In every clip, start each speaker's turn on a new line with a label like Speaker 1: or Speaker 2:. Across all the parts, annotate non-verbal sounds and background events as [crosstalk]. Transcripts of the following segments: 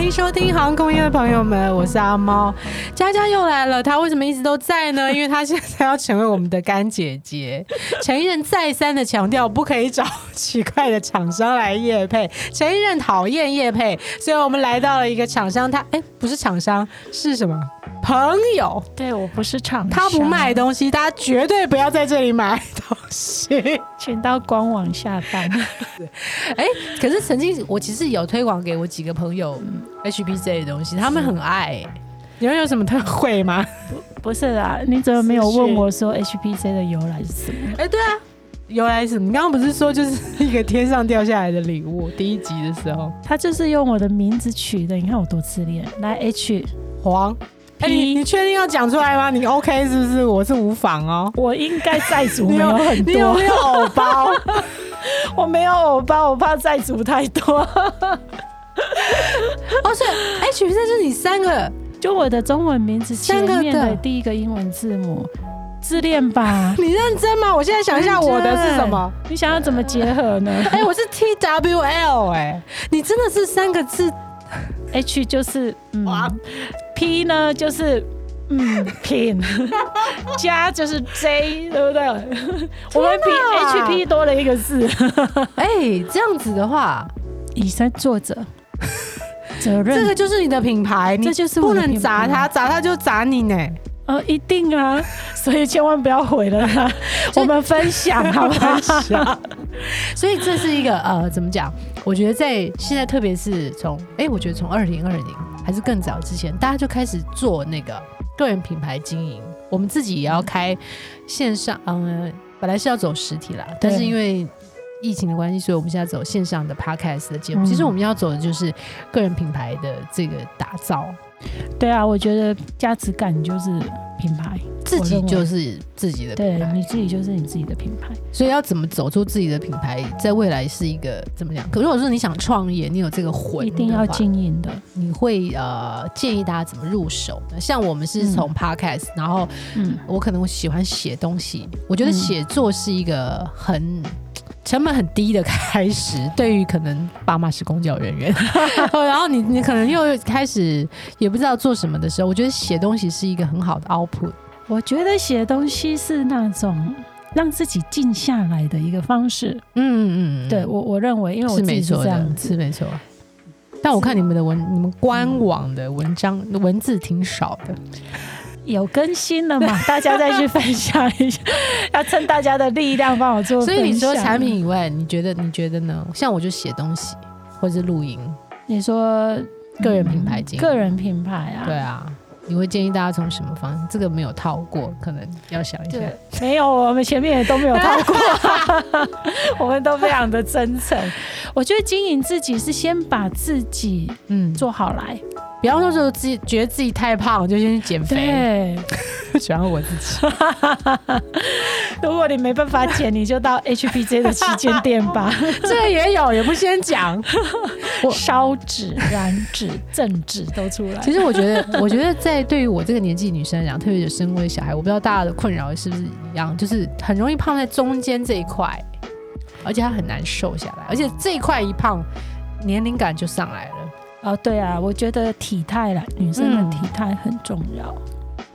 Speaker 1: 迎收听航空业的朋友们，我是阿猫，佳佳又来了。她为什么一直都在呢？因为她现在要成为我们的干姐姐。陈一任再三的强调，不可以找奇怪的厂商来夜配。陈一任讨厌夜配，所以我们来到了一个厂商，他哎不是厂商是什么？朋友，
Speaker 2: 对我不是厂商，
Speaker 1: 他不卖，东西，大家绝对不要在这里买东西。
Speaker 2: 请到官网下单。
Speaker 1: [laughs] 哎、可是曾经我其实有推广给我几个朋友 HPC 的东西，他们很爱、你们有什么特惠吗？
Speaker 2: [laughs] 不是啦，你怎么没有
Speaker 1: 私讯
Speaker 2: 问我说 HPC 的由来是什么？
Speaker 1: [laughs] 哎、对啊，由来什么？你刚刚不是说就是一个天上掉下来的礼物？第一集的时候，
Speaker 2: 他就是用我的名字取的，你看我多自恋。来 H，
Speaker 1: 黄。哎、你
Speaker 2: P
Speaker 1: 你确定要讲出来吗？你 OK 是不是？我是无妨哦。
Speaker 2: 我应该债主
Speaker 1: 你
Speaker 2: 没有很
Speaker 1: 你有
Speaker 2: 多
Speaker 1: 没，有偶包？
Speaker 2: 我没有欧巴，我怕债主太多。
Speaker 1: [laughs] 哦，所以 HPC 就是你三个
Speaker 2: [laughs] 就我的中文名字前
Speaker 1: 三个的？
Speaker 2: 面的第一个英文字母，自恋吧
Speaker 1: 你认真吗？我现在想一下我的是什么？
Speaker 2: 你想要怎么结合呢
Speaker 1: 哎、我是 TWL 哎、你真的是三个字
Speaker 2: ？H 就是嗯
Speaker 1: 哇
Speaker 2: ，P 呢就是 [laughs] 嗯拼，加就是 J，对不对？我们比 H P 多了一个字。
Speaker 1: 哎、这样子的话，
Speaker 2: 以身作 [laughs] 则，责任
Speaker 1: 这个就是你的品牌，你
Speaker 2: 这就是
Speaker 1: 不
Speaker 2: 我的
Speaker 1: 能
Speaker 2: 品牌
Speaker 1: 砸它，砸它就砸你呢。
Speaker 2: 呃一定啊，所以千万不要毁了它。我们分享好不好？
Speaker 1: 所以这是一个呃，怎么讲？我觉得在现在，特别是从哎、我觉得从二零二零还是更早之前，大家就开始做那个个人品牌经营。我们自己也要开线上，嗯、本来是要走实体啦，但是因为疫情的关系，所以我们现在走线上的 podcast 的节目。
Speaker 2: 嗯
Speaker 1: 其实我们要走的就是个人品牌的这个打造，
Speaker 2: [laughs] 对啊，我觉得价值感就是品牌，
Speaker 1: 自己
Speaker 2: 我认为
Speaker 1: 就是自己的品
Speaker 2: 对
Speaker 1: 牌。
Speaker 2: 你自己就是你自己的品牌。
Speaker 1: 所以要怎么走出自己的品牌，在未来是一个怎么讲？可如果说你想创业，你有这个魂，
Speaker 2: 一定要。经营的。
Speaker 1: 你会呃建议大家怎么入手呢？像我们是从 podcast，、然后
Speaker 2: 嗯，
Speaker 1: 我可能喜欢写东西，我觉得
Speaker 2: 嗯
Speaker 1: 写作是一个很。成本很低的开始，对于可能爸妈是公教人员， [laughs] 然后你你可能又开始也不知道做什么的时候，我觉得写东西是一个很好的 output。
Speaker 2: 我觉得写东西是那种让自己静下来的一个方式。
Speaker 1: 嗯嗯嗯，
Speaker 2: 对我，我认为，因为我
Speaker 1: 是
Speaker 2: 自己
Speaker 1: 没
Speaker 2: 是
Speaker 1: 错
Speaker 2: 这样
Speaker 1: 的，
Speaker 2: 子。
Speaker 1: 是没错。但我看你们的文，你们官网的文章文字挺少的，
Speaker 2: 有更新
Speaker 1: [laughs]
Speaker 2: 了嘛？大家再去分享一下，要趁大家的力量帮我做分
Speaker 1: 所
Speaker 2: 享。
Speaker 1: 以你说产品以外，你觉得你觉得呢？像我就写东西或是录音，
Speaker 2: 你说
Speaker 1: 个人品牌经营
Speaker 2: 个人品牌啊，
Speaker 1: 对啊，你会建议大家从什么方向？这个没有套过，可能要想一下。
Speaker 2: 对，没有，我们前面也都
Speaker 1: [laughs]
Speaker 2: 没有套过， [laughs] 我们都非常的真诚。我觉得经营自己是先把自己
Speaker 1: 嗯，做
Speaker 2: 做好来，
Speaker 1: 不要说是自己觉得自己太胖就先去减肥，
Speaker 2: 对。 [laughs]
Speaker 1: 喜欢我自己。
Speaker 2: 如果你没办法减，你就到 HPJ 的旗舰店吧，
Speaker 1: 这个也有，也不先讲。 [laughs] 我
Speaker 2: 烧纸、染纸、正纸都出来。
Speaker 1: 其实我觉得， [laughs] 我觉得在对于我这个年纪的女生来讲，特别是生为小孩，我不知道大家的困扰是不是一样，就是很容易胖在中间这一块，而且她很难瘦下来，而且这一块一胖，年龄感就上来了，
Speaker 2: 哦，对啊，我觉得体态啦，女生
Speaker 1: 嗯
Speaker 2: 的体态很重要，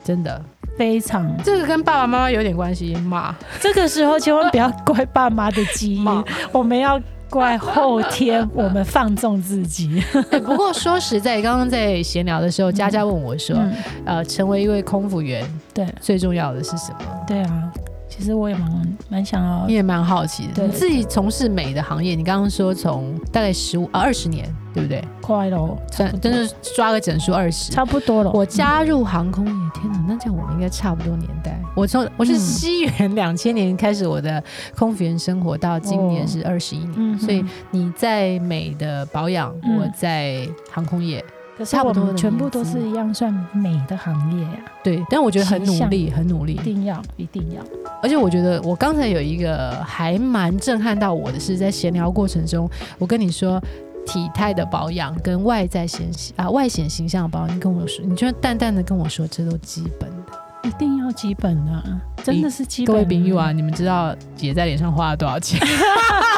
Speaker 1: 真的。
Speaker 2: 非常。
Speaker 1: 这个跟爸爸妈妈有点关系，骂
Speaker 2: 这个时候千万不要怪爸妈的
Speaker 1: [laughs]
Speaker 2: 基
Speaker 1: 骂
Speaker 2: 因，我们要怪后天我们放纵自
Speaker 1: [laughs]
Speaker 2: 己。
Speaker 1: [laughs] 哎不过说实在，刚刚在闲聊的时候，佳佳问我说，
Speaker 2: 嗯，
Speaker 1: 呃，成为一位空服员
Speaker 2: 对
Speaker 1: 最重要的是什么？
Speaker 2: 对啊，其实我也蛮蛮想要
Speaker 1: 你，也蛮好奇的，
Speaker 2: 对
Speaker 1: 你自己从事美的行业，你刚刚说从大概十五啊二十年，对不对？
Speaker 2: 快咯，差不
Speaker 1: 算
Speaker 2: 多
Speaker 1: 真是抓个整数二十。
Speaker 2: 差不多了。
Speaker 1: 我加入航空业，天哪，那这样我们应该差不多年代。我从我是
Speaker 2: 嗯
Speaker 1: 西元两千年开始我的空服员生活，到今年是二十一年。
Speaker 2: 嗯哼，
Speaker 1: 所以你在美的保养，
Speaker 2: 嗯
Speaker 1: 我在航空业，
Speaker 2: 可是
Speaker 1: 差不
Speaker 2: 我
Speaker 1: 多嗯
Speaker 2: 们
Speaker 1: 的
Speaker 2: 全
Speaker 1: 年
Speaker 2: 部都
Speaker 1: 纪
Speaker 2: 是一样算美的行业呀、
Speaker 1: 对，但我觉得很
Speaker 2: 形
Speaker 1: 努
Speaker 2: 象
Speaker 1: 力，很努力
Speaker 2: 一。定要一定要。
Speaker 1: 而且我觉得我刚才有一个还蛮震撼到我的是，在闲聊过程中，我跟你说。体态的保养跟外在显啊外显形象的保养，你跟我说，你就淡淡的跟我说，这都基本的。
Speaker 2: 一定要基本的啊，真的是基
Speaker 1: 各
Speaker 2: 本
Speaker 1: 位
Speaker 2: 的。
Speaker 1: 朋友啊，你们知道姐在脸上花了多少钱？ [laughs]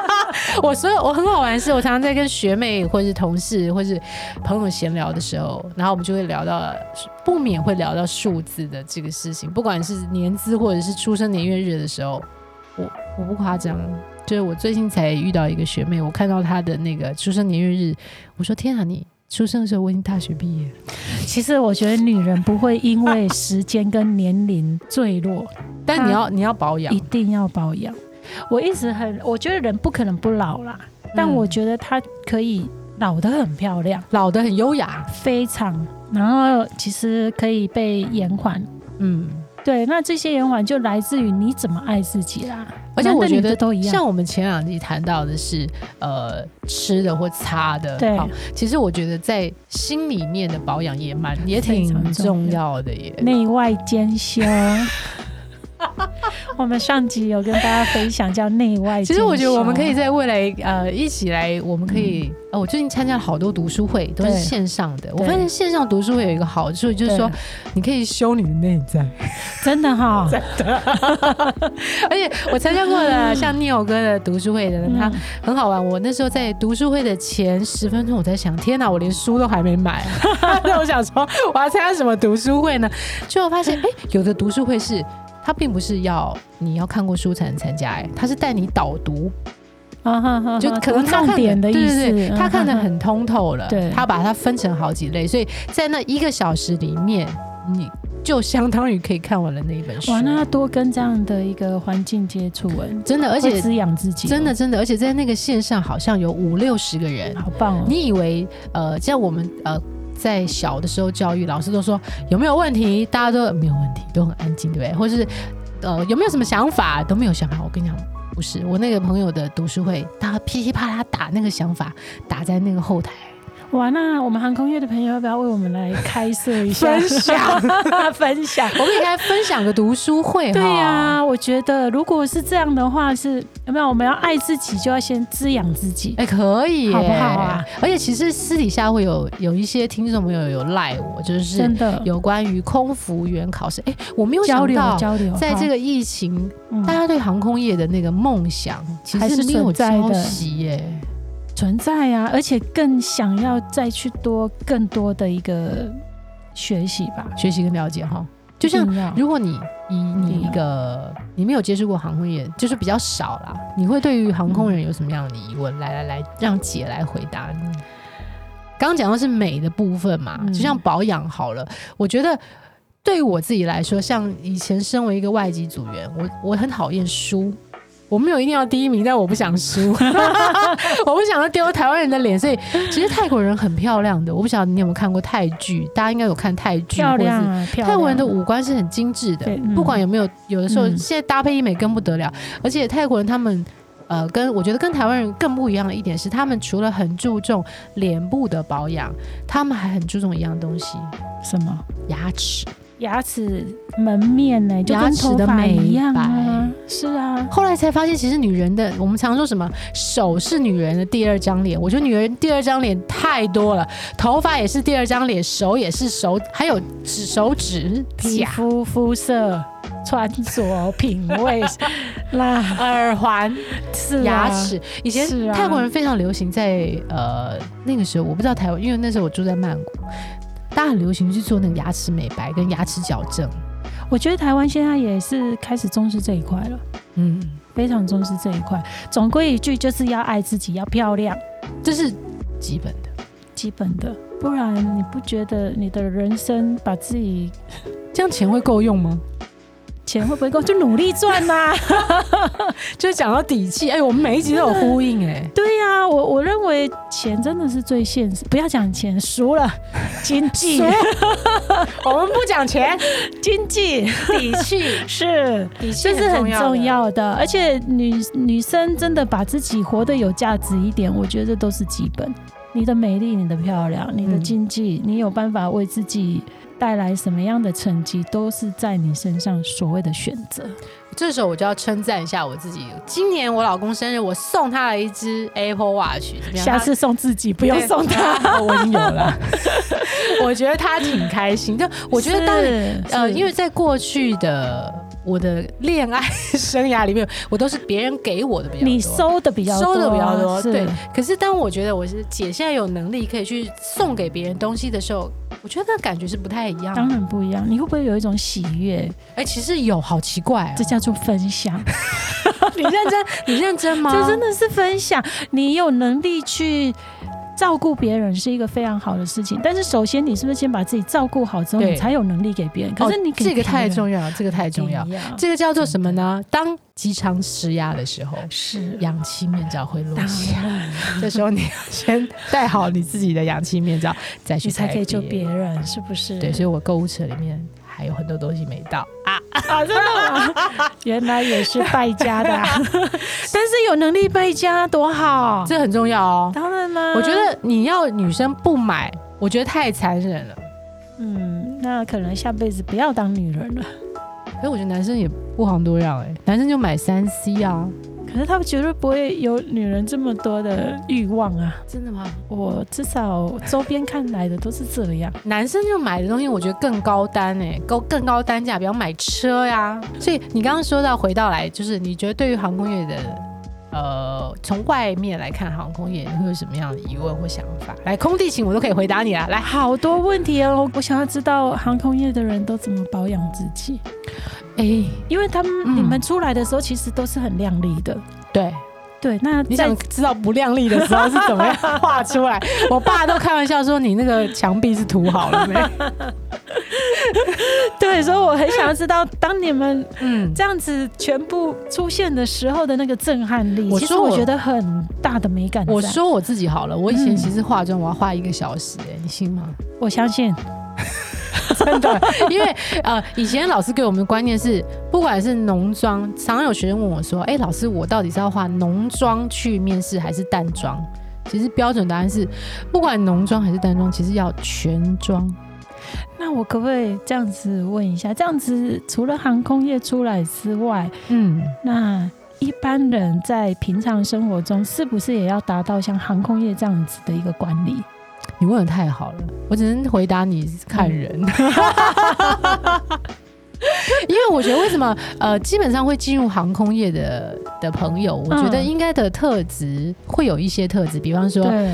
Speaker 1: 我所以我很好玩的是，我常常在跟学妹或是同事或是朋友闲聊的时候，然后我们就会聊到，不免会聊到数字的这个事情，不管是年资或者是出生年月日的时候，我我不夸张。就是我最近才遇到一个学妹，我看到她的那个出生年月日，我说天啊，你出生的时候我已经大学毕业了，
Speaker 2: 其实我觉得女人不会因为时间跟年龄坠落，
Speaker 1: 但你要啊你要保养
Speaker 2: 一，定要保养。我一直很，我觉得人不可能不老啦，但
Speaker 1: 嗯
Speaker 2: 我觉得她可以老得很漂亮，
Speaker 1: 老得很优雅，
Speaker 2: 非常，然后其实可以被延缓。
Speaker 1: 嗯。
Speaker 2: 对，那这些延缓就来自于你怎么爱自己啦。
Speaker 1: 而且我觉
Speaker 2: 男的女
Speaker 1: 得
Speaker 2: 的都一样啊
Speaker 1: 像我们前两集谈到的是，呃，吃的或擦的，
Speaker 2: 对
Speaker 1: 好，其实我觉得在心里面的保养也蛮也挺
Speaker 2: 非常重
Speaker 1: 重要的耶。
Speaker 2: 内外
Speaker 1: [laughs]
Speaker 2: 兼修。我们上集有跟大家分享叫内外兼修。
Speaker 1: 其实我觉得我们可以在未来，呃，一起来，我们可以，呃，我最近参加了好多读书会，都是
Speaker 2: 嗯对
Speaker 1: 线上的。我
Speaker 2: 对
Speaker 1: 发现线上读书会有一个好处，就是说
Speaker 2: 对
Speaker 1: 你可以修你的内在。
Speaker 2: 真
Speaker 1: [laughs]
Speaker 2: 的哈、
Speaker 1: 而且我参加过
Speaker 2: [laughs]
Speaker 1: 的像 Neil 哥的读书会的，
Speaker 2: 嗯
Speaker 1: 他很好玩。我那时候在读书会的前十分钟，我在想，天哪，我连书都还没买， [laughs] 那我想说我要参加什么读书会呢？结果发现，哎、有的读书会是。它并不是要你要看过书才能参加、哎，它是带你导读，
Speaker 2: 啊哈哈哈，
Speaker 1: 就可能
Speaker 2: 读
Speaker 1: 他
Speaker 2: 重
Speaker 1: 看
Speaker 2: 点的意思，
Speaker 1: 对对对，
Speaker 2: 嗯
Speaker 1: 他看得
Speaker 2: 哈哈
Speaker 1: 很通透了，
Speaker 2: 对
Speaker 1: 他把它分成好几类，所以在那一个小时里面，你就相当于可以看完了那一本书，
Speaker 2: 哇，那要多跟这样的一个环境接触，哎，
Speaker 1: 真的，而
Speaker 2: 会
Speaker 1: 且
Speaker 2: 滋养自己哦，
Speaker 1: 真的真的，而且在那个线上好像有五六十个人。
Speaker 2: 好棒哦！
Speaker 1: 你以为呃，像我们呃在小的时候教育，老师都说有没有问题，大家都没有问题，都很安静，对不对？或是呃有没有什么想法都没有想法。我跟你讲，不是我那个朋友的读书会，他噼里啪啦打那个想法，打在那个后台。
Speaker 2: 哇，那我们航空业的朋友要不要为我们来开设一下
Speaker 1: 分
Speaker 2: [laughs]
Speaker 1: 享啊
Speaker 2: 分享？
Speaker 1: 我们应该分享个读书会，
Speaker 2: [laughs] 对呀、
Speaker 1: 哈
Speaker 2: 我觉得如果是这样的话是，有没有我们要爱自己，就要先滋养自己。
Speaker 1: 哎、可以耶
Speaker 2: 好不好啊？
Speaker 1: 而且其实私底下会有有一些听众朋友有赖我，就是
Speaker 2: 真的
Speaker 1: 有关于空服员考试。哎、我没有
Speaker 2: 交
Speaker 1: 想
Speaker 2: 流
Speaker 1: 到，
Speaker 2: 交流，
Speaker 1: 在这
Speaker 2: 个、
Speaker 1: 个疫情，
Speaker 2: 嗯
Speaker 1: 大家对航空业的那个梦想其
Speaker 2: 还
Speaker 1: 实
Speaker 2: 是
Speaker 1: 没有
Speaker 2: 存在
Speaker 1: 消
Speaker 2: 的
Speaker 1: 息耶。
Speaker 2: 存在呀、而且更想要再去多更多的一个学习吧。
Speaker 1: 学习跟了解哈，就像
Speaker 2: 一定要
Speaker 1: 如果你以
Speaker 2: 一
Speaker 1: 你
Speaker 2: 定
Speaker 1: 一
Speaker 2: 要
Speaker 1: 个
Speaker 2: 啊
Speaker 1: 你没有接触过航空业，就是比较少啦，你会对于航空人有什么样的疑问？来来来，让姐来回答你。刚刚讲到是美的部分嘛，
Speaker 2: 嗯
Speaker 1: 就像保养好了，我觉得对我自己来说，像以前身为一个外籍组员，我我很讨厌输。我没有一定要第一名，但我不想
Speaker 2: [laughs]
Speaker 1: 输， [laughs] 我不想要丢台湾人的脸，所以其实泰国人很漂亮的。我不晓得你有没有看过泰剧，大家应该有看泰剧，
Speaker 2: 漂亮啊，漂亮
Speaker 1: 泰国人的五官是很精致的
Speaker 2: 对，嗯
Speaker 1: 不管有没有，有的时候
Speaker 2: 嗯
Speaker 1: 现在搭配医美更不得了，而且泰国人他们。呃，跟我觉得跟台湾人更不一样的一点是，他们除了很注重脸部的保养，他们还很注重一样东西
Speaker 2: 什么
Speaker 1: ——牙齿。
Speaker 2: 牙齿门面呢、就
Speaker 1: 牙
Speaker 2: 跟
Speaker 1: 齿
Speaker 2: 头
Speaker 1: 的
Speaker 2: 发
Speaker 1: 美
Speaker 2: 一样啊
Speaker 1: 白。
Speaker 2: 是啊，
Speaker 1: 后来才发现，其实女人的我们常说什么手是女人的第二张脸，我觉得女人第二张脸太多了，头发也是第二张脸，手也是手，还有指手指
Speaker 2: 皮
Speaker 1: 甲、
Speaker 2: 肤、肤色、穿着、品味， [laughs] 啦，
Speaker 1: 耳环、
Speaker 2: 是啊
Speaker 1: 牙齿。以前
Speaker 2: 是啊
Speaker 1: 泰国人非常流行在呃那个时候，我不知道台湾，因为那时候我住在曼谷，大家很流行去做那个牙齿美白跟牙齿矫正。
Speaker 2: 我觉得台湾现在也是开始重视这一块了，
Speaker 1: 嗯，
Speaker 2: 非常重视这一块。总归一句，就是要爱自己，要漂亮，
Speaker 1: 这是基本的。
Speaker 2: 基本的。不然你不觉得你的人生把自己
Speaker 1: 这样钱会够用吗？
Speaker 2: 钱会不会够？就努力赚 [laughs] 呐、
Speaker 1: 就是讲到底气，哎、我们每一集都有呼应、哎，
Speaker 2: 对呀、我我认为钱真的是最现实。不要讲钱，输了，经 [laughs] 济，
Speaker 1: [laughs] 我们不讲钱，
Speaker 2: 经济
Speaker 1: 底 [laughs] 气，
Speaker 2: 是。
Speaker 1: 底气
Speaker 2: 这是很
Speaker 1: 的
Speaker 2: 重。要的，而且女女生真的把自己活得有价值一点，我觉得这都是基本。你的美丽，你的漂亮，你的
Speaker 1: 嗯
Speaker 2: 经济，你有办法为自己带来什么样的成绩，都是在你身上所谓的选择。
Speaker 1: 这时候我就要称赞一下我自己。今年我老公生日，我送他了一只 Apple Watch，怎么样？
Speaker 2: 下次送自己，不用送他。
Speaker 1: 他，
Speaker 2: [laughs]
Speaker 1: 我已经有了。 [laughs] 我觉得他挺开心，就我觉得当
Speaker 2: 是
Speaker 1: 呃，
Speaker 2: 是
Speaker 1: 因为在过去的我的恋爱生涯里面，我都是别人给我的比较多，
Speaker 2: 你收的比较多，
Speaker 1: 收的比较多，
Speaker 2: 是
Speaker 1: 对。可是当我觉得我是姐现在有能力可以去送给别人东西的时候，我觉得那感觉是不太一样
Speaker 2: 当
Speaker 1: 的。
Speaker 2: 然不一样，你会不会有一种喜悦？
Speaker 1: 哎、其实有，好奇怪、哦
Speaker 2: 这叫做分享，
Speaker 1: 你认真， [laughs] 你认真吗？
Speaker 2: 这真的是分享。你有能力去照顾别人是一个非常好的事情，但是首先你是不是先把自己照顾好之后，
Speaker 1: 对
Speaker 2: 你才有能力给别人？可是你
Speaker 1: 哦
Speaker 2: 给
Speaker 1: 这个
Speaker 2: 别
Speaker 1: 太
Speaker 2: 人
Speaker 1: 重要了，这个太重要
Speaker 2: 不。一样
Speaker 1: 这个叫做什么呢？当机场施压的时候，
Speaker 2: 是
Speaker 1: 氧气面罩会落
Speaker 2: 当
Speaker 1: 下。
Speaker 2: 然，
Speaker 1: 这时候你要先戴好你自己的氧气面
Speaker 2: [laughs]
Speaker 1: 罩，再去
Speaker 2: 你才可以救
Speaker 1: 别
Speaker 2: 别人，是不是？
Speaker 1: 对，所以我购物车里面还有很多东西没到，
Speaker 2: [laughs] 啊，真的吗？ [laughs] 原来也是败家的、啊， [laughs] 但是有能力败家多好。
Speaker 1: 这很重要哦。
Speaker 2: 当然啦，
Speaker 1: 我觉得你要女生不买，我觉得太残忍了。
Speaker 2: 嗯，那可能下辈子不要当女人了。
Speaker 1: 可是我觉得男生也不遑多让哎、男生就买三 C 啊，
Speaker 2: 可是他们绝对不会有女人这么多的欲望啊！
Speaker 1: 真的吗？
Speaker 2: 我至少周边看来的都是这样。
Speaker 1: 男生就买的东西，我觉得更高单哎、高更高单价，比方买车呀、所以你刚刚说到回到来，就是你觉得对于航空业的，呃，从外面来看航空业，你会有什么样的疑问或想法？来，空地勤我都可以回答你啦。来，
Speaker 2: 好多问题哦，我想要知道航空业的人都怎么保养自己，
Speaker 1: 哎、
Speaker 2: 因为他们、
Speaker 1: 嗯
Speaker 2: 你们出来的时候其实都是很靓丽的。
Speaker 1: 对，
Speaker 2: 对，那
Speaker 1: 你
Speaker 2: 在
Speaker 1: 想知道不亮丽的时候是怎么样画出来？ [laughs] 我爸都开玩笑说你那个墙壁是涂好了没？
Speaker 2: [laughs] 对，所以我很想要知道，当你们
Speaker 1: [laughs] 嗯，
Speaker 2: 这样子全部出现的时候的那个震撼力，
Speaker 1: [laughs] 我
Speaker 2: 其实
Speaker 1: 说我
Speaker 2: 我觉得很大的美感在。
Speaker 1: 我说我自己好了，我以前
Speaker 2: 嗯
Speaker 1: 其实化妆我要化一个小时、哎，你信吗？
Speaker 2: 我相信，
Speaker 1: 真的， [laughs] 因为呃，以前老师给我们的观念是，不管是浓妆，常常有学生问我说：“哎、老师，我到底是要化浓妆去面试，还是淡妆？”其实标准答案是，不管浓妆还是淡妆，其实要全妆。
Speaker 2: 那我可不可以这样子问一下？这样子除了航空业出来之外，
Speaker 1: 嗯，
Speaker 2: 那一般人在平常生活中是不是也要达到像航空业这样子的一个管理？
Speaker 1: 你问的太好了，我只能回答你看人。 [laughs] 因为我觉得，为什么呃，基本上会进入航空业的的朋友，我觉得
Speaker 2: 嗯
Speaker 1: 应该的特质会有一些特质，比方说，
Speaker 2: 对，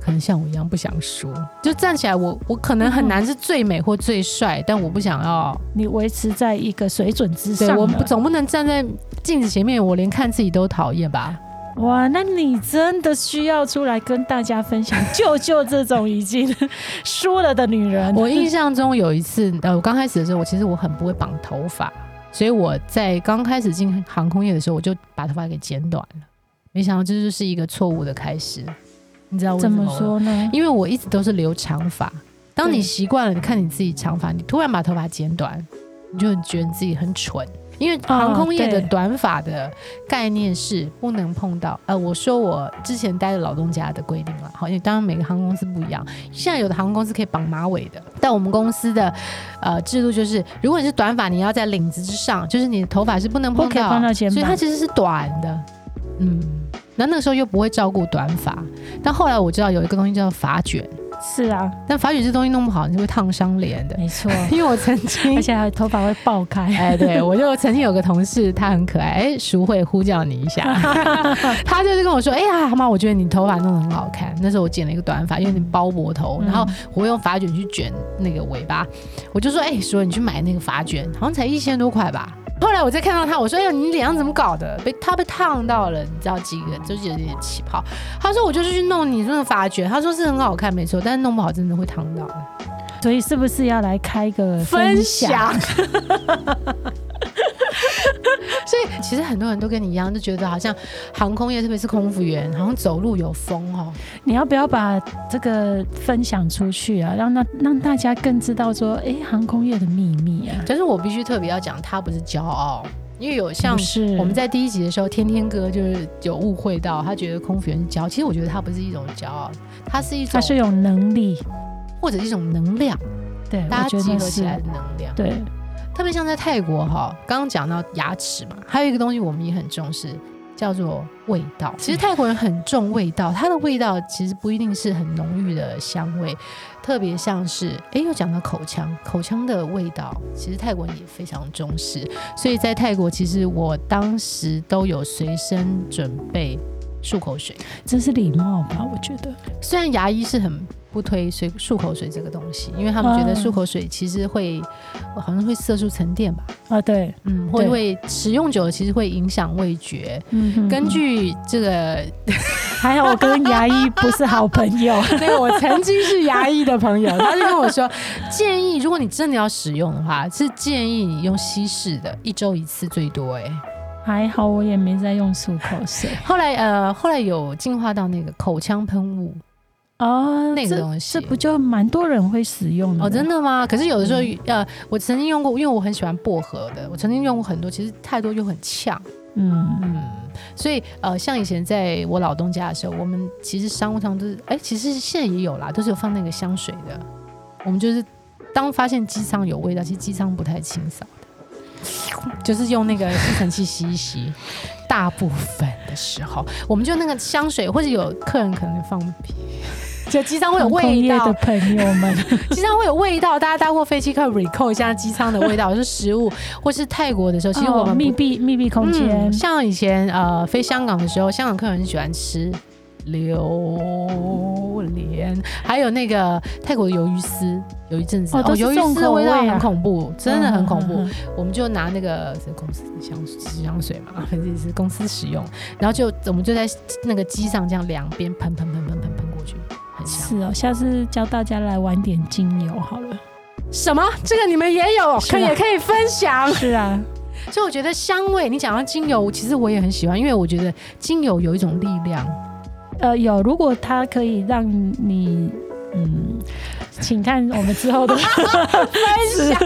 Speaker 1: 可能像我一样不想输，就站起来我，我可能很难是最美或最帅，但我不想要。
Speaker 2: 你维持在一个水准之
Speaker 1: 对，
Speaker 2: 上。
Speaker 1: 我不。总不能站在镜子前面，我连看自己都讨厌 [laughs] 吧？
Speaker 2: 哇，那你真的需要出来跟大家分享，救救这种已经输了的女 [laughs] 人。
Speaker 1: 我印象中有一次，呃，我刚开始的时候，我其实我很不会绑头发，所以我在刚开始进航空业的时候，我就把头发给剪短了。没想到这就是一个错误的开始，你知道为什
Speaker 2: 怎
Speaker 1: 么
Speaker 2: 么
Speaker 1: 吗？
Speaker 2: 说呢？
Speaker 1: 因为我一直都是留长发。当你
Speaker 2: 对
Speaker 1: 习惯了，你看你自己长发，你突然把头发剪短，你就觉得你自己很蠢。因为航空业的
Speaker 2: 哦对
Speaker 1: 短发的概念是不能碰到，呃，我说我之前待的老东家的规定了，好，因为当然每个航空公司不一样，现在有的航空公司可以绑马尾的，但我们公司的呃制度就是，如果你是短发，你要在领子之上，就是你的头发是不能碰
Speaker 2: 不可以碰到肩
Speaker 1: 所以它
Speaker 2: 膀。
Speaker 1: 其实是短的，嗯。那那个时候又不会照顾短发，但后来我知道有一个东西叫发卷，
Speaker 2: 是啊，
Speaker 1: 但发卷这东西弄不好，你就会烫伤脸的。
Speaker 2: 没 [laughs] 错。
Speaker 1: 因为我曾经
Speaker 2: 而，且还头发会爆 [laughs] 开。
Speaker 1: 哎，对我就曾经有个同事，她很可爱，哎，淑慧呼叫你一下，她就是跟我说，哎呀，妈，我觉得你头发弄得很好看。那时候我剪了一个短发，因为你包脖头，然后我用发卷去卷那个尾巴，我就说，哎、所以你去买那个发卷，好像才一千多块吧。后来我再看到他，我说，哎呀，你脸上怎么搞的？被他被烫到了，你知道几个，就是有点起泡。他说，我就是去弄你那个发卷，他说是很好看，没错，但是弄不好真的会烫到。
Speaker 2: 所以是不是要来开个
Speaker 1: 分
Speaker 2: 分
Speaker 1: 享
Speaker 2: 享？。
Speaker 1: [laughs] 所以其实很多人都跟你一样，就觉得好像航空业，特别是空服员，好像走路有风哦。
Speaker 2: 你要不要把这个分享出去啊？让那让大家更知道说，哎，航空业的秘密啊，
Speaker 1: 但是我必须特别要讲，他不是骄傲，因为有像
Speaker 2: 不嗯是
Speaker 1: 我们在第一集的时候，天天哥就是有误会到，他觉得空服员是骄傲。其实我觉得他不是一种骄傲，他是一种
Speaker 2: 它是有能力，
Speaker 1: 或者一种能量，
Speaker 2: 对，
Speaker 1: 大家
Speaker 2: 我觉
Speaker 1: 集
Speaker 2: 得
Speaker 1: 合起
Speaker 2: 是
Speaker 1: 来，的能量。
Speaker 2: 对，
Speaker 1: 特别像在泰国哈，刚刚讲到牙齿嘛，还有一个东西我们也很重视，叫做味道。其实泰国人很重味道，它的味道其实不一定是很浓郁的香味，特别像是诶，又讲到口腔，口腔的味道，其实泰国人也非常重视。所以在泰国，其实我当时都有随身准备漱口水。
Speaker 2: 这是礼貌吧？我觉得
Speaker 1: 虽然牙医是很不推水漱口水这个东西，因为他们觉得
Speaker 2: 嗯
Speaker 1: 漱口水其实会、好像会色素沉淀吧，
Speaker 2: 啊，对，
Speaker 1: 嗯，会
Speaker 2: 对
Speaker 1: 会使用久了其实会影响味觉。
Speaker 2: 嗯
Speaker 1: 根据这个，
Speaker 2: 还好我跟牙医不是好朋友，
Speaker 1: [laughs] 那个我曾经是 [laughs] 牙医的朋友， [laughs] 他就跟我说，建议如果你真的要使用的话，是建议你用稀释的，一周一次最多、欸。
Speaker 2: [laughs] 还好我也没在用漱口水
Speaker 1: 后来呃，后来有进化到那个口腔喷雾
Speaker 2: 哦，
Speaker 1: 那个
Speaker 2: 这
Speaker 1: 东西
Speaker 2: 这。不就蛮多人会使用的
Speaker 1: 哦，真
Speaker 2: 的
Speaker 1: 的吗？可是有的时候，呃，我曾经用过，因为我很喜欢薄荷的，我曾经用过很多，其实太多又很呛，
Speaker 2: 嗯
Speaker 1: 嗯，所以呃，像以前在我老东家的时候，我们其实商务舱都是，哎、其实现在也有啦，都是有放那个香水的。我们就是当发现机舱有味道，其实机舱不太清扫的，就是用那个吸尘器吸一吸。大部分的时候，我们就那个香水，或者有客人可能放屁，就机舱会有
Speaker 2: 航空
Speaker 1: 味
Speaker 2: 业
Speaker 1: 道
Speaker 2: 的，朋友们，
Speaker 1: 机舱会有味道，大家搭过飞机可以 recall 一下机舱的味道，就是食物，或是泰国的时候， [laughs] 其实我
Speaker 2: 哦
Speaker 1: 们不
Speaker 2: 密闭密闭空间
Speaker 1: 嗯，像以前呃飞香港的时候，香港客人很喜欢吃榴莲，还有那个泰国的鱿鱼丝，有一阵子
Speaker 2: 哦都是
Speaker 1: 鱿鱼
Speaker 2: 重
Speaker 1: 丝的
Speaker 2: 口
Speaker 1: 味道
Speaker 2: 味啊
Speaker 1: 很恐怖，真的很恐怖。
Speaker 2: 嗯嗯嗯
Speaker 1: 我们就拿那个是公司香洗香水嘛， [laughs] 反正也是公司使用，然后就我们就在那个机上这样两边喷喷喷喷喷喷过去，很香。
Speaker 2: 是哦，下次教大家来玩点精油好
Speaker 1: [laughs]
Speaker 2: 了。
Speaker 1: 什么？这个你们也有，
Speaker 2: 是啊
Speaker 1: 可以分享。
Speaker 2: 是啊，
Speaker 1: 所以我觉得香味，你讲到精油，其实我也很喜欢，因为我觉得精油有一种力量。
Speaker 2: 呃，有，如果它可以让你，嗯，请看我们
Speaker 1: [laughs]
Speaker 2: 之后的
Speaker 1: 分享，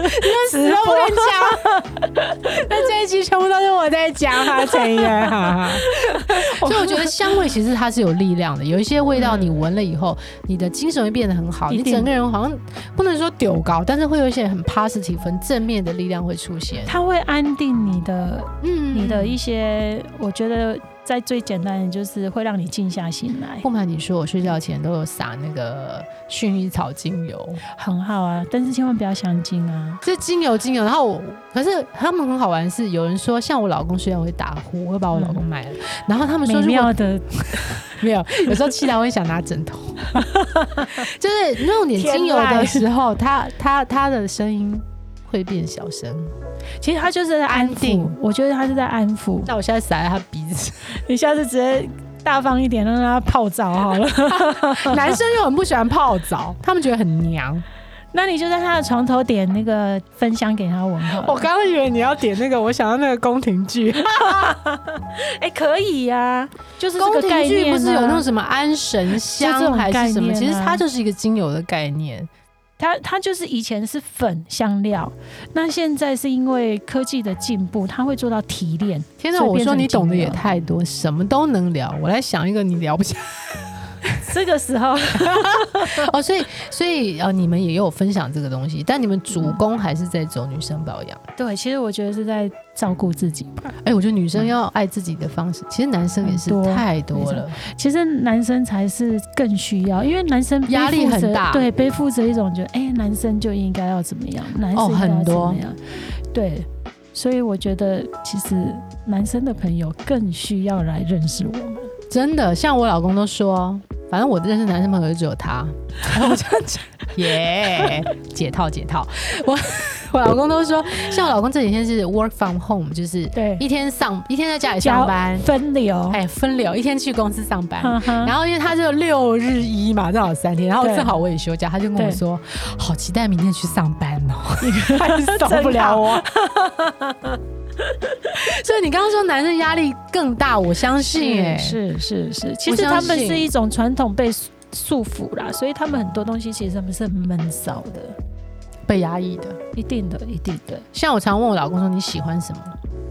Speaker 1: 死都不跟 [laughs] 讲。那这一期全部都是我在讲哈，陈言哈。 [laughs] 所以我觉得香味其实它是有力量的，有一些味道你闻了以后，你的精神会变得很好，
Speaker 2: 一
Speaker 1: 你
Speaker 2: 定
Speaker 1: 整个人好像不能说丢高，但是会有一些很 positive、很正面的力量会出现。
Speaker 2: 它会安定你的
Speaker 1: 嗯
Speaker 2: 你的一些，我觉得在最简单的就是会让你静下心来
Speaker 1: 不，瞒你说，我睡觉前都有撒那个薰衣草精油，
Speaker 2: 很好啊。但是千万不要香精啊，
Speaker 1: 这精油精油。然后我，可是他们很好玩的是，有人说像我老公睡觉会打呼，我会把我老公卖了。然后他们说，
Speaker 2: 美
Speaker 1: 如果
Speaker 2: 妙的
Speaker 1: [laughs] 没有，有时候气到会想拿 [laughs] 枕头，就是弄点精油的时候，它它它的声音会变小声。
Speaker 2: 其实它就是在安
Speaker 1: 安
Speaker 2: 抚
Speaker 1: 定，
Speaker 2: 我觉得它是在安抚。
Speaker 1: 那我现在撒在他鼻子，
Speaker 2: 你下次直接大方一点，让它泡澡好了。
Speaker 1: [laughs] 男生又很不喜欢泡澡，他们觉得很娘。
Speaker 2: 那你就在它的床头点那个芬香给它闻好了。
Speaker 1: 我刚刚以为你要点那个，我想到那个宫廷剧，
Speaker 2: 哎、可以呀、就是这
Speaker 1: 宫
Speaker 2: 个
Speaker 1: 廷
Speaker 2: 概念、
Speaker 1: 剧
Speaker 2: 啊。
Speaker 1: 不是有那种什么安神
Speaker 2: 就这
Speaker 1: 香
Speaker 2: 种
Speaker 1: 还是什么？
Speaker 2: 概念啊
Speaker 1: 其实它就是一个精油的概念。
Speaker 2: 它它就是以前是粉香料，那现在是因为科技的进步，它会做到提炼。
Speaker 1: 天哪，
Speaker 2: 所以
Speaker 1: 我
Speaker 2: 变
Speaker 1: 说
Speaker 2: 成
Speaker 1: 你懂得也
Speaker 2: 精油
Speaker 1: 太多，什么都能聊。我来想一个你聊不下
Speaker 2: 这个时候，
Speaker 1: [laughs] 哦，所以所以呃，你们也有分享这个东西，但你们主攻还是在走女生保养。啊
Speaker 2: 对，其实我觉得是在照顾自己吧。
Speaker 1: 哎、我觉得女生要爱自己的方式，其实男生也是
Speaker 2: 很多
Speaker 1: 太多了。
Speaker 2: 其实男生才是更需要，因为男生背负着
Speaker 1: 压力很大
Speaker 2: 对，背负着一种觉得，哎、男生就应该要怎么样，男
Speaker 1: 哦
Speaker 2: 生应该要怎么样，对。所以我觉得，其实男生的朋友更需要来认识我们。
Speaker 1: 真的，像我老公都说，反正我认识男生朋友就只有他。 [laughs] 然后我这样讲， [laughs] 耶、解套解套。我我老公都说，像我老公这几天是 work from home，就是
Speaker 2: 对，
Speaker 1: 一天上一天在家里嗯上班，
Speaker 2: 分流，
Speaker 1: 哎，分流一天去公司上班。
Speaker 2: 哈哈
Speaker 1: 然后因为他就六日一嘛，正好三天，然后
Speaker 2: 对
Speaker 1: 正好我也休假，他就跟我
Speaker 2: 对
Speaker 1: 说，好期待明天去上班哦，他也受不
Speaker 2: [laughs]
Speaker 1: 了我。 [laughs] 所以你刚刚说男生压力更大，我相信哎、
Speaker 2: 是是是，其
Speaker 1: 我
Speaker 2: 实
Speaker 1: 相
Speaker 2: 他们
Speaker 1: 信
Speaker 2: 是一种传统被束束缚啦，所以他们很多东西其实他们是很闷骚的，
Speaker 1: 被压抑的。
Speaker 2: 一定的，一定的。
Speaker 1: 像我常问我老公说你喜欢什么，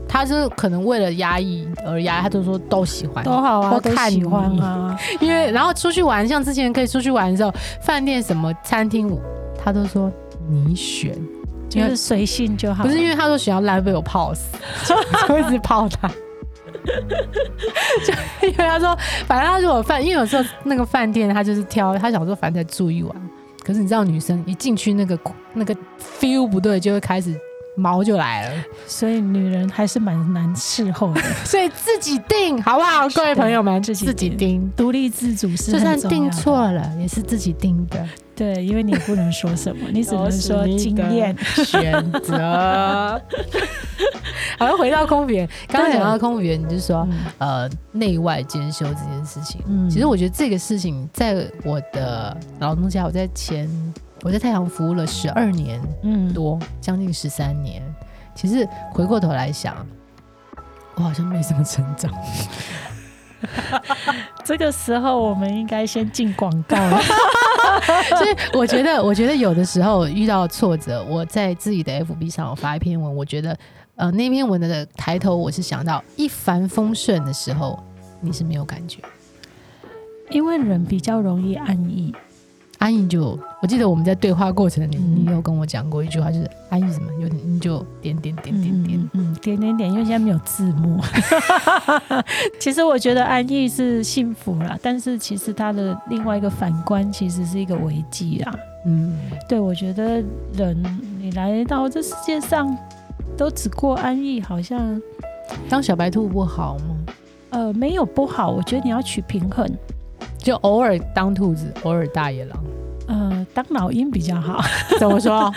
Speaker 1: 他是可能为了压抑而压抑，他就说都喜欢，
Speaker 2: 都好啊，
Speaker 1: 我
Speaker 2: 都
Speaker 1: 看
Speaker 2: 喜欢
Speaker 1: 你
Speaker 2: 啊，
Speaker 1: 因为然后出去玩，像之前可以出去玩的时候，饭店什么餐厅，他都说你选。
Speaker 2: 就是随性就好。
Speaker 1: 不是因为他说学校烂被我泡
Speaker 2: [laughs]
Speaker 1: 死，就一直泡他。 [laughs] 就因为他说，反正他如果饭，因为有时候那个饭店他就是挑，他想说反正再住一晚。可是你知道，女生一进去那个那个 feel 不对，就会开始毛就来
Speaker 2: [laughs]
Speaker 1: 了。
Speaker 2: 所以女人还是蛮难伺候的，
Speaker 1: 所以自己定好不好，各位朋友们，自己自己定，
Speaker 2: 独立自主是
Speaker 1: 就算定错了也是自己定的。
Speaker 2: 对，因为你不能说
Speaker 1: [laughs]
Speaker 2: 什么，你只能说经验
Speaker 1: 选
Speaker 2: [laughs]
Speaker 1: 择。好像回到空服员，刚刚讲到空服员，你就说、嗯、
Speaker 2: 哦
Speaker 1: 呃内外兼修这件事情。嗯，其实我觉得这个事情，在我的老东家，我在前我在太行服务了十二年多，嗯、将近十三年。其实回过头来想，我好像没什么成长。
Speaker 2: 这个时候，我们应该先进广
Speaker 1: [laughs]
Speaker 2: 告了。
Speaker 1: 所以我觉得，我觉得有的时候遇到挫折，我在自己的 FB 上我发一篇文，我觉得，呃，那篇文的抬头我是想到一帆风顺的时候，你是没有感觉，
Speaker 2: 因为人比较容易安逸。
Speaker 1: 安逸就，我记得我们在对话过程里，你有跟我讲过一句话，就是安逸什么，有你就点点点点点，
Speaker 2: 嗯，点点点，因为现在没有字幕。 [laughs] 其实我觉得安逸是幸福啦，但是其实它的另外一个反观，其实是一个危机啦。嗯，对，我觉得人你来到这世界上，都只过安逸，好像
Speaker 1: 当小白兔不好吗？
Speaker 2: 呃，没有不好，我觉得你要取平衡。
Speaker 1: 就偶尔当兔子，偶尔大野狼。
Speaker 2: 呃，当老鹰比
Speaker 1: [laughs]
Speaker 2: 较好。
Speaker 1: 怎么说？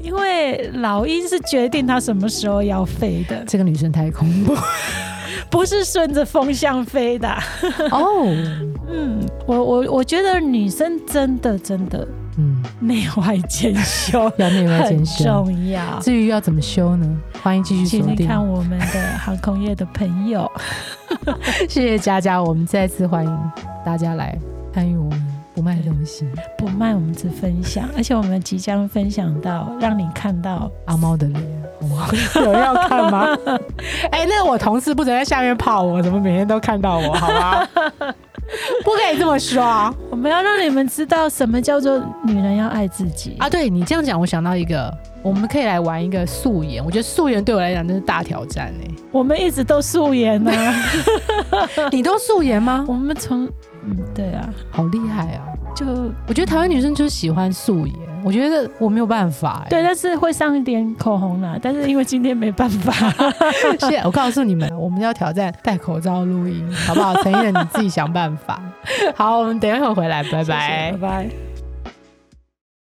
Speaker 2: 因为老鹰是决定它什么时候要飞的。
Speaker 1: 这个女生太恐怖，
Speaker 2: 不是顺着风向飞的。
Speaker 1: 哦，oh.
Speaker 2: 嗯，我我我觉得女生真的真的，嗯，内外兼修，
Speaker 1: 要内外兼修
Speaker 2: 重要。
Speaker 1: 至于要怎么修呢？欢迎继续锁定
Speaker 2: 看我们的航空业的朋友。
Speaker 1: 谢谢佳佳，我们再次欢迎大家来参与我们不卖东西，
Speaker 2: 不卖我们只分享，而且我们即将分享到让你看到
Speaker 1: 阿猫的脸， [laughs] 有人要看吗？ [laughs] 哎欸，那个我同事不准在下面泡我，怎么每天都看到我？好 [laughs] 吗？不可以这么说啊！
Speaker 2: 我们要让你们知道什么叫做女人要爱自己
Speaker 1: 啊！对你这样讲，我想到一个。我们可以来玩一个素颜，我觉得素颜对我来讲真是大挑战哎、 [laughs] 欸。
Speaker 2: 我们一直都素颜呢、啊，
Speaker 1: [laughs] 你都素颜吗？
Speaker 2: 我们从嗯，对啊，
Speaker 1: 好厉害啊！
Speaker 2: 就
Speaker 1: 我觉得台湾女生就喜欢素颜，我觉得我没有办法、欸。 [laughs]
Speaker 2: 对，但是会上一点口红啦，但是因为今天没办法。
Speaker 1: 现在我告诉你们，我们要挑战戴口罩 [laughs] 录音，好不好？陈燕，你自己想办法。好，我们等一会儿回来，拜
Speaker 2: 拜，拜拜。